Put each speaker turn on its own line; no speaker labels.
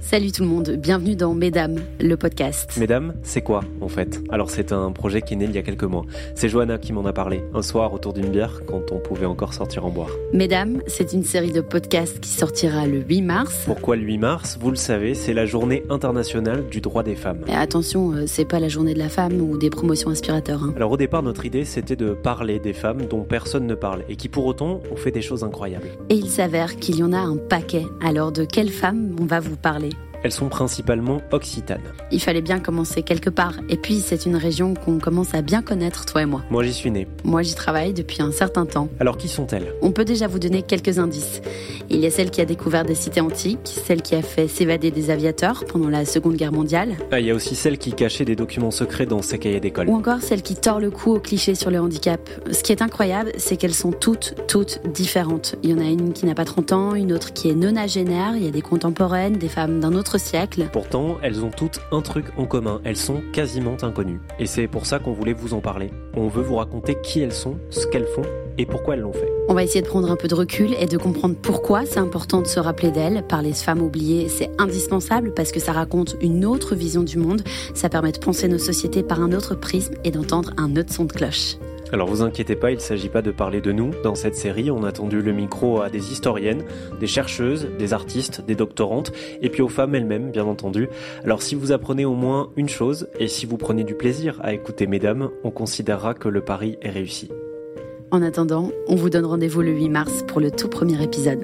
Salut tout le monde, bienvenue dans Mesdames, le podcast.
Mesdames, c'est quoi en fait Alors c'est un projet qui est né il y a quelques mois. C'est Johanna qui m'en a parlé, un soir autour d'une bière quand on pouvait encore sortir en boire.
Mesdames, c'est une série de podcasts qui sortira le 8 mars.
Pourquoi le 8 mars Vous le savez, c'est la journée internationale du droit des femmes.
Mais attention, euh, c'est pas la journée de la femme ou des promotions inspirateurs. hein.
Alors au départ, notre idée c'était de parler des femmes dont personne ne parle et qui pour autant ont fait des choses incroyables.
Et il s'avère qu'il y en a un paquet. Alors de quelle femme on va vous parler
Elles sont principalement occitanes.
Il fallait bien commencer quelque part. Et puis c'est une région qu'on commence à bien connaître, toi et moi.
Moi j'y suis né.
Moi j'y travaille depuis un certain temps.
Alors qui sont-elles
On peut déjà vous donner quelques indices. Il y a celle qui a découvert des cités antiques, celle qui a fait s'évader des aviateurs pendant la Seconde Guerre mondiale,
Ah, Il y a aussi celles qui cachaient des documents secrets dans ses cahiers d'école.
ou encore celle qui tord le cou aux clichés sur le handicap. Ce qui est incroyable, c'est qu'elles sont toutes, toutes différentes. Il y en a une qui n'a pas 30 ans, une autre qui est nonagénaire, il y a des contemporaines, des femmes d'un autre siècle.
Pourtant, elles ont toutes un truc en commun, elles sont quasiment inconnues. Et c'est pour ça qu'on voulait vous en parler. On veut vous raconter qui elles sont, ce qu'elles font et pourquoi elles l'ont fait.
On va essayer de prendre un peu de recul et de comprendre pourquoi c'est important de se rappeler d'elles. Parler de femmes oubliées, c'est indispensable parce que ça raconte une autre vision du monde, ça permet de penser nos sociétés par un autre prisme et d'entendre un autre son de cloche.
Alors vous inquiétez pas, il s'agit pas de parler de nous. Dans cette série, on a tendu le micro à des historiennes, des chercheuses, des artistes, des doctorantes, et puis aux femmes elles-mêmes, bien entendu. Alors si vous apprenez au moins une chose, et si vous prenez du plaisir à écouter mesdames, on considérera que le pari est réussi.
En attendant, on vous donne rendez-vous le 8 mars pour le tout premier épisode.